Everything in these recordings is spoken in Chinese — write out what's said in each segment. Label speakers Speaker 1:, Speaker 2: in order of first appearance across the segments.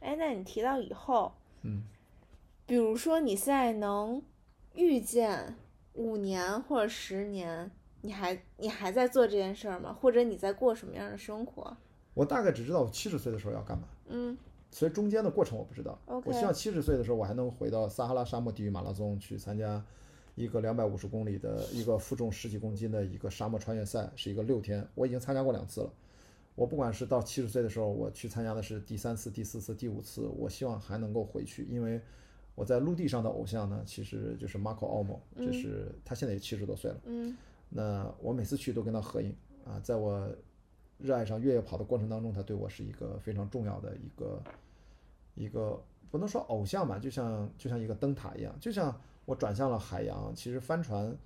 Speaker 1: 在哎你提到以后，
Speaker 2: 嗯，
Speaker 1: 比如说你现在能预见五年或者十年，你还你还在做这件事儿吗？或者你在过什么样的生活？
Speaker 2: 我大概只知道我七十岁的时候要干嘛，
Speaker 1: 嗯
Speaker 2: 所以中间的过程我不知道。
Speaker 1: ，OK，
Speaker 2: 我希望七十岁的时候，我还能回到撒哈拉沙漠地狱马拉松去参加一个两百五十公里的一个负重十几公斤的一个沙漠穿越赛，是一个六天，我已经参加过两次了。我不管是到七十岁的时候，我去参加的是第三次、第四次、第五次，我希望还能够回去，因为我在陆地上的偶像呢，其实就是 Marco Olmo，这是他现在也七十多岁了。
Speaker 1: 嗯
Speaker 2: 那我每次去都跟他合影啊，在我热爱上越野跑的过程当中，他对我是一个非常重要的一个一个不能说偶像吧，就像就像一个灯塔一样，就像我转向了海洋。其实帆船，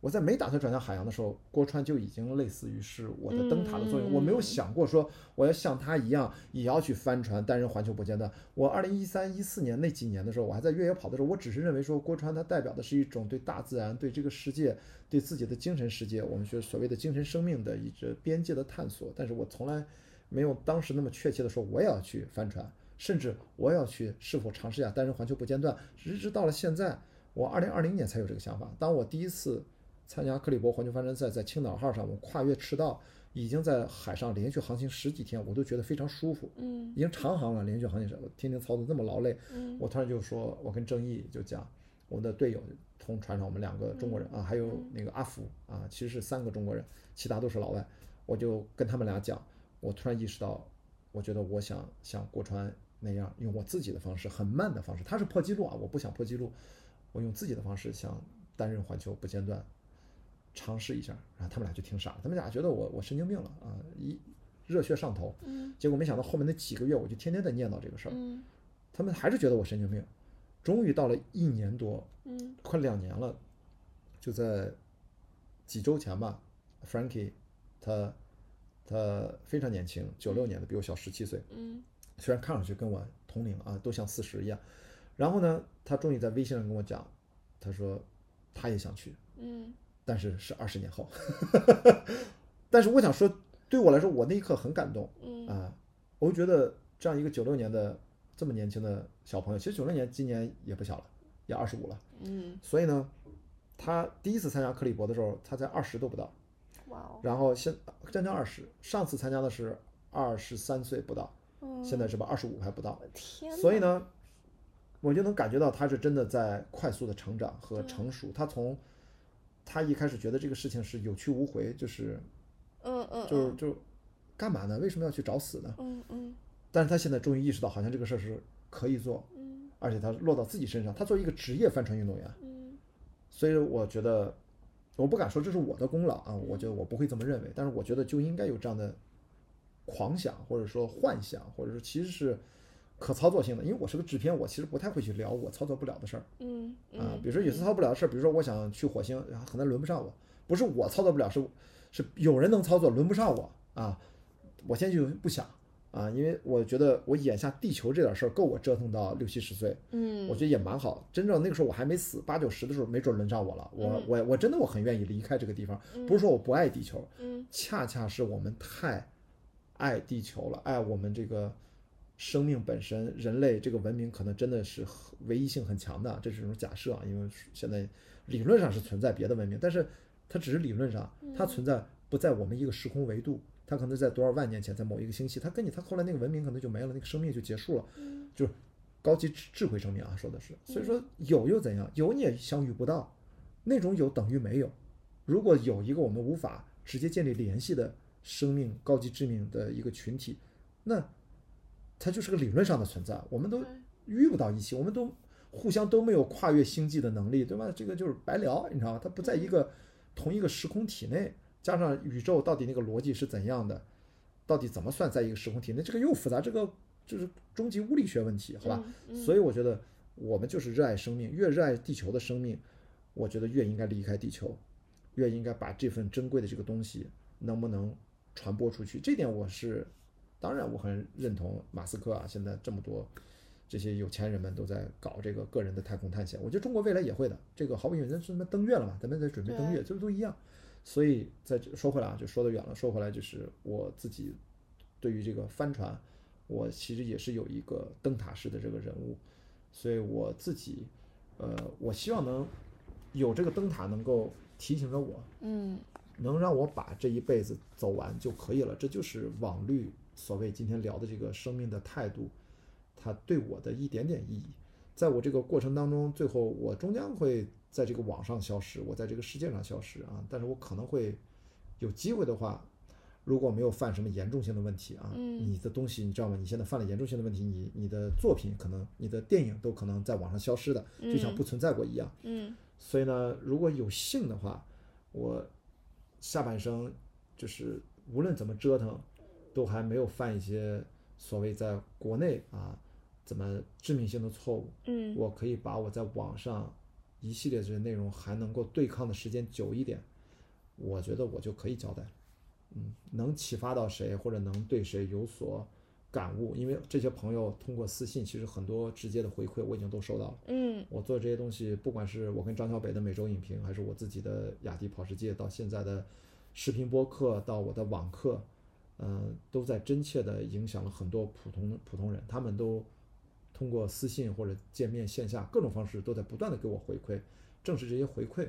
Speaker 2: 我在没打算转向海洋的时候，郭川就已经类似于是我的灯塔的作用。我没有想过说我要像他一样也要去帆船担任环球火箭的。我二零一三一四年那几年的时候，我还在越野跑的时候，我只是认为说郭川他代表的是一种对大自然、对这个世界、对自己的精神世界，我们说所谓的精神生命的一个边界的探索。但是我从来没有当时那么确切的说我也要去帆船，甚至我也要去是否尝试一下单人环球不间断，直至到了现在，我二零二零年才有这个想法。当我第一次参加克利伯环球帆船赛，在青岛号上，我跨越赤道，已经在海上连续航行十几天，我都觉得非常舒服。
Speaker 1: 嗯
Speaker 2: 已经长航了，连续航行，我天天操作这么劳累，
Speaker 1: 嗯
Speaker 2: 我突然就说，我跟郑毅就讲，我的队友同船上我们两个中国人啊，还有那个阿福啊，其实是三个中国人，其他都是老外。我就跟他们俩讲，我突然意识到，我觉得我想像郭川那样，用我自己的方式，很慢的方式，他是破纪录啊，我不想破纪录，我用自己的方式想担任环球不间断，尝试一下。然后他们俩就听傻了，他们俩觉得我我神经病了啊，一热血上头。
Speaker 1: 嗯
Speaker 2: 结果没想到后面那几个月，我就天天在念叨这个事儿。
Speaker 1: 嗯
Speaker 2: 他们还是觉得我神经病。终于到了一年多，
Speaker 1: 嗯
Speaker 2: 快两年了，就在几周前吧，Frankie，他他非常年轻，九六年的，比我小十七岁，
Speaker 1: 嗯
Speaker 2: 虽然看上去跟我同龄啊，都像四十一样。然后呢，他终于在微信上跟我讲，他说他也想去，
Speaker 1: 嗯
Speaker 2: 但是是二十年后。 但是我想说，对我来说，我那一刻很感动。
Speaker 1: 嗯
Speaker 2: 啊，我就觉得这样一个九六年的这么年轻的小朋友，其实九六年今年也不小了，也二十五了。
Speaker 1: 嗯，
Speaker 2: 所以呢，他第一次参加克利伯的时候，他才二十都不到，
Speaker 1: 哇哦，
Speaker 2: 然后现将近二十，上次参加的是二十三岁不到，
Speaker 1: 嗯
Speaker 2: 现在是吧二十五还不到。
Speaker 1: 天呐，
Speaker 2: 所以呢，我就能感觉到他是真的在快速的成长和成熟。他从他一开始觉得这个事情是有去无回，就是
Speaker 1: 嗯嗯，
Speaker 2: 就是
Speaker 1: 嗯
Speaker 2: 就干嘛呢？为什么要去找死呢？
Speaker 1: 嗯嗯
Speaker 2: 但是他现在终于意识到，好像这个事儿是可以做，
Speaker 1: 嗯
Speaker 2: 而且他落到自己身上。他作为一个职业帆船运动员，
Speaker 1: 嗯
Speaker 2: 所以我觉得，我不敢说这是我的功劳啊，我觉得我不会这么认为。但是我觉得就应该有这样的狂想，或者说幻想，或者说其实是可操作性的。因为我是个制片，我其实不太会去聊我操作不了的事儿
Speaker 1: 嗯嗯
Speaker 2: 啊。比如说有些操作不了的事儿，比如说我想去火星，然后可能轮不上我，不是我操作不了，是是有人能操作，轮不上我啊。我现在就不想啊，因为我觉得我眼下地球这点事儿够我折腾到六七十岁，
Speaker 1: 嗯
Speaker 2: 我觉得也蛮好。真正那个时候我还没死，八九十的时候，没准轮上我了。我
Speaker 1: 嗯
Speaker 2: 我我真的我很愿意离开这个地方，不是说我不爱地球，
Speaker 1: 嗯
Speaker 2: 恰恰是我们太爱地球了，爱我们这个生命本身，人类这个文明可能真的是很唯一性很强的，这是一种假设啊，因为现在理论上是存在别的文明，但是它只是理论上，
Speaker 1: 嗯
Speaker 2: 它存在不在我们一个时空维度。它可能在多少万年前，在某一个星系，它跟你，它后来那个文明可能就没了，那个生命就结束了，
Speaker 1: 嗯
Speaker 2: 就是高级智智慧生命啊，说的是。所以说有又怎样？有你也相遇不到，那种有等于没有。如果有一个我们无法直接建立联系的生命高级致命的一个群体，那它就是个理论上的存在，我们都
Speaker 1: 对
Speaker 2: 遇不到一起，我们都互相都没有跨越星际的能力，对吧？这个就是白聊，你知道吗？它不在一个同一个时空体内，加上宇宙到底那个逻辑是怎样的，到底怎么算在一个时空体内，这个又复杂，这个就是终极物理学问题，好吧？
Speaker 1: 嗯
Speaker 2: 所以我觉得我们就是热爱生命，越热爱地球的生命，我觉得越应该离开地球，越应该把这份珍贵的这个东西能不能传播出去，这点我是，当然我很认同马斯克啊，现在这么多这些有钱人们都在搞这个个人的太空探险，我觉得中国未来也会的，这个毫无疑问，咱什么登月了嘛，咱们在准备登月，这不都一样？所以在这说回来啊，就说得远了，说回来就是我自己对于这个帆船，呃我其实也是有一个灯塔式的这个人物，所以我自己，呃，我希望能有这个灯塔能够提醒着我，
Speaker 1: 嗯
Speaker 2: 能让我把这一辈子走完就可以了。这就是网律所谓今天聊的这个生命的态度，它对我的一点点意义。在我这个过程当中，最后我终将会在这个网上消失，我在这个世界上消失啊。但是我可能会有机会的话，如果没有犯什么严重性的问题啊，
Speaker 1: 嗯
Speaker 2: 你的东西你知道吗？你现在犯了严重性的问题，你你的作品可能你的电影都可能在网上消失的，就像
Speaker 1: 嗯
Speaker 2: 不存在过一样。
Speaker 1: 嗯
Speaker 2: 所以呢，如果有幸的话，我下半生就是无论怎么折腾，都还没有犯一些所谓在国内啊怎么致命性的错误。
Speaker 1: 嗯
Speaker 2: 我可以把我在网上一系列这些内容还能够对抗的时间久一点，我觉得我就可以交代。嗯，能启发到谁或者能对谁有所感悟，因为这些朋友通过私信，其实很多直接的回馈我已经都收到了。
Speaker 1: 嗯
Speaker 2: 我做这些东西，不管是我跟张小北的每周影评，还是我自己的雅迪跑世界，到现在的视频播客，到我的网课，嗯、都在真切的影响了很多普通普通人，他们都通过私信或者见面、线下各种方式，都在不断的给我回馈。正是这些回馈，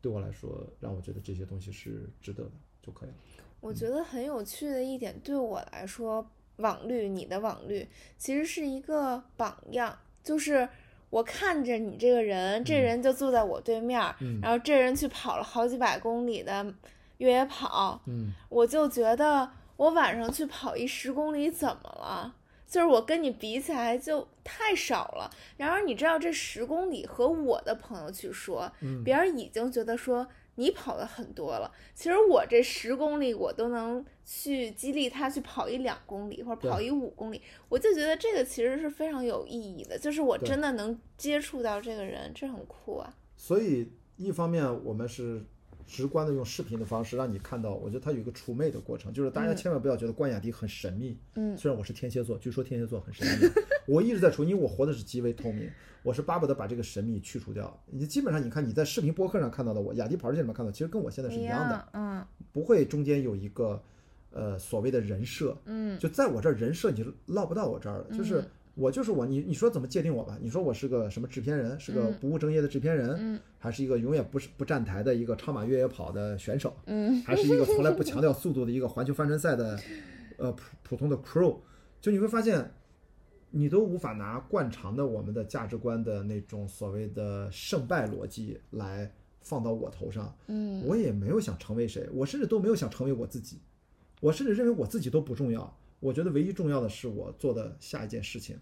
Speaker 2: 对我来说，让我觉得这些东西是值得的，就可以了。嗯
Speaker 1: 我觉得很有趣的一点，对我来说，网绿你的网绿其实是一个榜样，就是我看着你这个人，这
Speaker 2: 嗯
Speaker 1: 人就坐在我对面儿，
Speaker 2: 嗯
Speaker 1: 然后这人去跑了好几百公里的越野跑，
Speaker 2: 嗯
Speaker 1: 我就觉得我晚上去跑一十公里怎么了？就是我跟你比起来就太少了。然而你知道这十公里和我的朋友去说，
Speaker 2: 嗯
Speaker 1: 别人已经觉得说你跑的很多了。其实我这十公里我都能去激励他去跑一两公里或者
Speaker 2: 对
Speaker 1: 跑一五公里，我就觉得这个其实是非常有意义的，就是我
Speaker 2: 对
Speaker 1: 真的能接触到这个人，这很酷啊。
Speaker 2: 所以一方面我们是直观的用视频的方式让你看到，我觉得它有一个除魅的过程，就是大家
Speaker 1: 嗯
Speaker 2: 千万不要觉得关雅迪很神秘。
Speaker 1: 嗯
Speaker 2: 虽然我是天蝎座，据说天蝎座很神 秘，我一直在除，因为我活的是极为透明，我是巴不得把这个神秘去除掉。你基本上你看你在视频播客上看到的我，雅迪跑世界里面看到，其实跟我现在是一样的，，
Speaker 1: 嗯
Speaker 2: 不会中间有一个呃所谓的人设，
Speaker 1: 嗯
Speaker 2: 就在我这儿人设你是落不到我这儿的，就是
Speaker 1: 嗯
Speaker 2: 我就是我，你你说怎么界定我吧？你说我是个什么制片人，是个
Speaker 1: 嗯
Speaker 2: 不务正业的制片人，
Speaker 1: 嗯
Speaker 2: 还是一个永远不是不站台的一个超马越野跑的选手，
Speaker 1: 嗯
Speaker 2: 还是一个 从来不强调速度的一个环球帆船赛的呃普普通的 crew，就你会发现，你都无法拿惯常的我们的价值观的那种所谓的胜败逻辑来放到我头上，
Speaker 1: 嗯
Speaker 2: 我也没有想成为谁，我甚至都没有想成为我自己，我甚至认为我自己都不重要。我觉得唯一重要的是我做的下一件事情，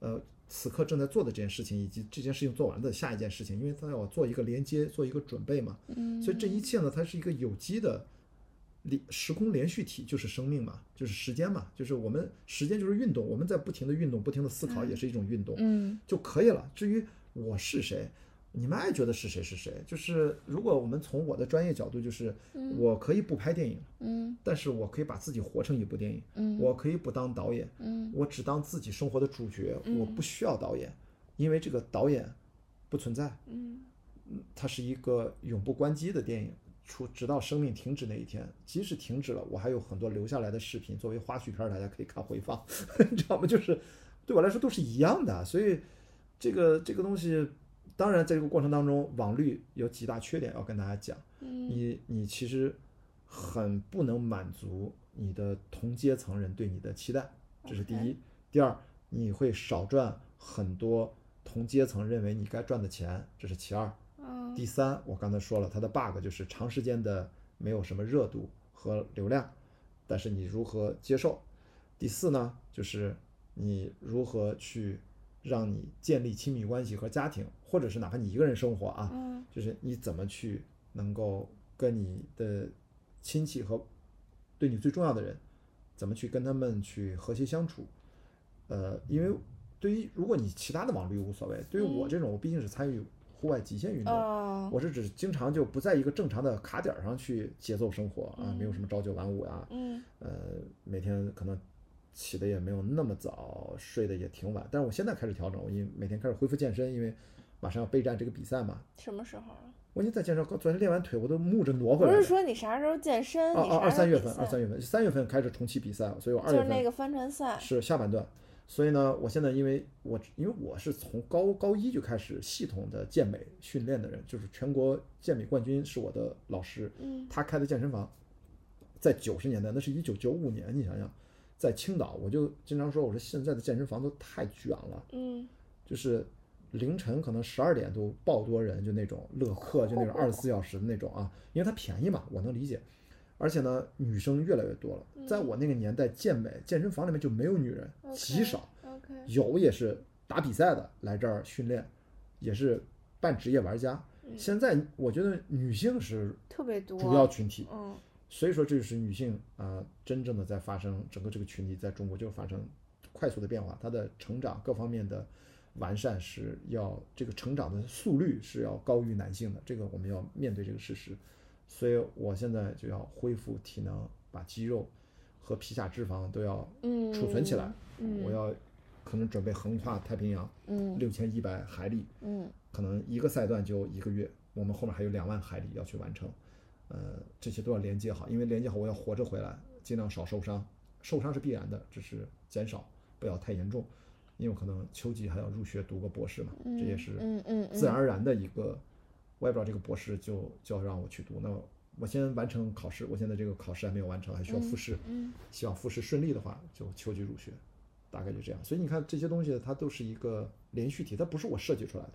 Speaker 2: 呃，此刻正在做的这件事情，以及这件事情做完的下一件事情，因为它要做一个连接，做一个准备嘛。
Speaker 1: 嗯，
Speaker 2: 所以这一切呢，它是一个有机的连时空连续体，就是生命嘛，就是时间嘛，就是我们时间就是运动，我们在不停的运动，不停的思考，也是一种运动。
Speaker 1: 嗯
Speaker 2: 就可以了。至于我是谁，你们爱觉得是谁是谁。就是如果我们从我的专业角度，就是
Speaker 1: 嗯
Speaker 2: 我可以不拍电影，
Speaker 1: 嗯
Speaker 2: 但是我可以把自己活成一部电影。
Speaker 1: 嗯
Speaker 2: 我可以不当导演，
Speaker 1: 嗯
Speaker 2: 我只当自己生活的主角，我
Speaker 1: 嗯
Speaker 2: 不需要导演，因为这个导演不存在，
Speaker 1: 嗯
Speaker 2: 它是一个永不关机的电影。除直到生命停止那一天，即使停止了，我还有很多留下来的视频作为花絮片儿，大家可以看回放， 你知道吗？就是对我来说都是一样的，所以这个这个东西，当然在这个过程当中，网律有几大缺点要跟大家讲。
Speaker 1: 嗯
Speaker 2: 你你其实很不能满足你的同阶层人对你的期待，这是第一。第二，你会少赚很多同阶层认为你该赚的钱，这是其二。
Speaker 1: 嗯
Speaker 2: 第三，我刚才说了，它的 bug 就是长时间的没有什么热度和流量，但是你如何接受？第四呢，就是你如何去让你建立亲密关系和家庭，或者是哪怕你一个人生活啊，
Speaker 1: 嗯
Speaker 2: 就是你怎么去能够跟你的亲戚和对你最重要的人，怎么去跟他们去和谐相处。呃，因为对于如果你其他的网绿无所谓，对于我
Speaker 1: 嗯
Speaker 2: 这种，我毕竟是参与户外极限运动，
Speaker 1: 哦
Speaker 2: 我是指经常就不在一个正常的卡点儿上去节奏生活啊，没有
Speaker 1: 嗯
Speaker 2: 什么朝九晚五呀、
Speaker 1: 嗯
Speaker 2: 呃，每天可能起的也没有那么早，睡的也挺晚。但是我现在开始调整，我因每天开始恢复健身，因为马上要备战这个比赛嘛，
Speaker 1: 什么时候啊？
Speaker 2: 我已经在健身，昨天练完腿我都木着挪
Speaker 1: 不
Speaker 2: 回来
Speaker 1: 是
Speaker 2: 了。
Speaker 1: 说你啥时候健身，
Speaker 2: 啊
Speaker 1: 你
Speaker 2: 啊，
Speaker 1: 啥时候
Speaker 2: 二三月
Speaker 1: 比
Speaker 2: 份，
Speaker 1: 赛
Speaker 2: 二三月份，三月份开始重启比赛，所以我二
Speaker 1: 就
Speaker 2: 月
Speaker 1: 是那
Speaker 2: 份
Speaker 1: 个帆船赛，
Speaker 2: 是下半段。所以呢，我现在因为我因为我是从高高一就开始系统的健美训练的人，就是全国健美冠军是我的老师，
Speaker 1: 嗯
Speaker 2: 他开的健身房，在九十年代，那是一九九五年，你想想，在青岛，我就经常说，我说现在的健身房都太卷了，
Speaker 1: 嗯，
Speaker 2: 就是凌晨可能十二点都爆多人，就那种乐客，就那
Speaker 1: 哦
Speaker 2: 种二十四小时的那种啊，因为它便宜嘛，我能理解。而且呢，女生越来越多了，在我那个年代，健美健身房里面就没有女人，
Speaker 1: 嗯 OK
Speaker 2: 极少，
Speaker 1: OK，
Speaker 2: 有也是打比赛的来这儿训练，也是半职业玩家。现在我觉得女性是
Speaker 1: 特别嗯多，
Speaker 2: 主要群体，
Speaker 1: 嗯
Speaker 2: 所以说这就是女性啊、呃真正的在发生整个这个群体在中国就发生快速的变化，她的成长各方面的完善是要这个成长的速率是要高于男性的，这个我们要面对这个事实，所以我现在就要恢复体能，把肌肉和皮下脂肪都要
Speaker 1: 嗯，
Speaker 2: 储存起来，
Speaker 1: 嗯，
Speaker 2: 我要可能准备横跨太平洋
Speaker 1: 嗯
Speaker 2: 六千一百海里，
Speaker 1: 嗯
Speaker 2: 可能一个赛段就一个月，我们后面还有两万海里要去完成，呃，这些都要连接好，因为连接好我要活着回来，尽量少受伤，受伤是必然的，只是减少，不要太严重，因为我可能秋季还要入学读个博士嘛，
Speaker 1: 嗯，
Speaker 2: 这也是
Speaker 1: 嗯嗯
Speaker 2: 自然而然的一个，我也不知道这个博士就就要让我去读，那我先完成考试，我现在这个考试还没有完成，还需要复试，
Speaker 1: 嗯
Speaker 2: 希望复试顺利的话，就秋季入学，大概就这样。所以你看这些东西，它都是一个连续体，它不是我设计出来的，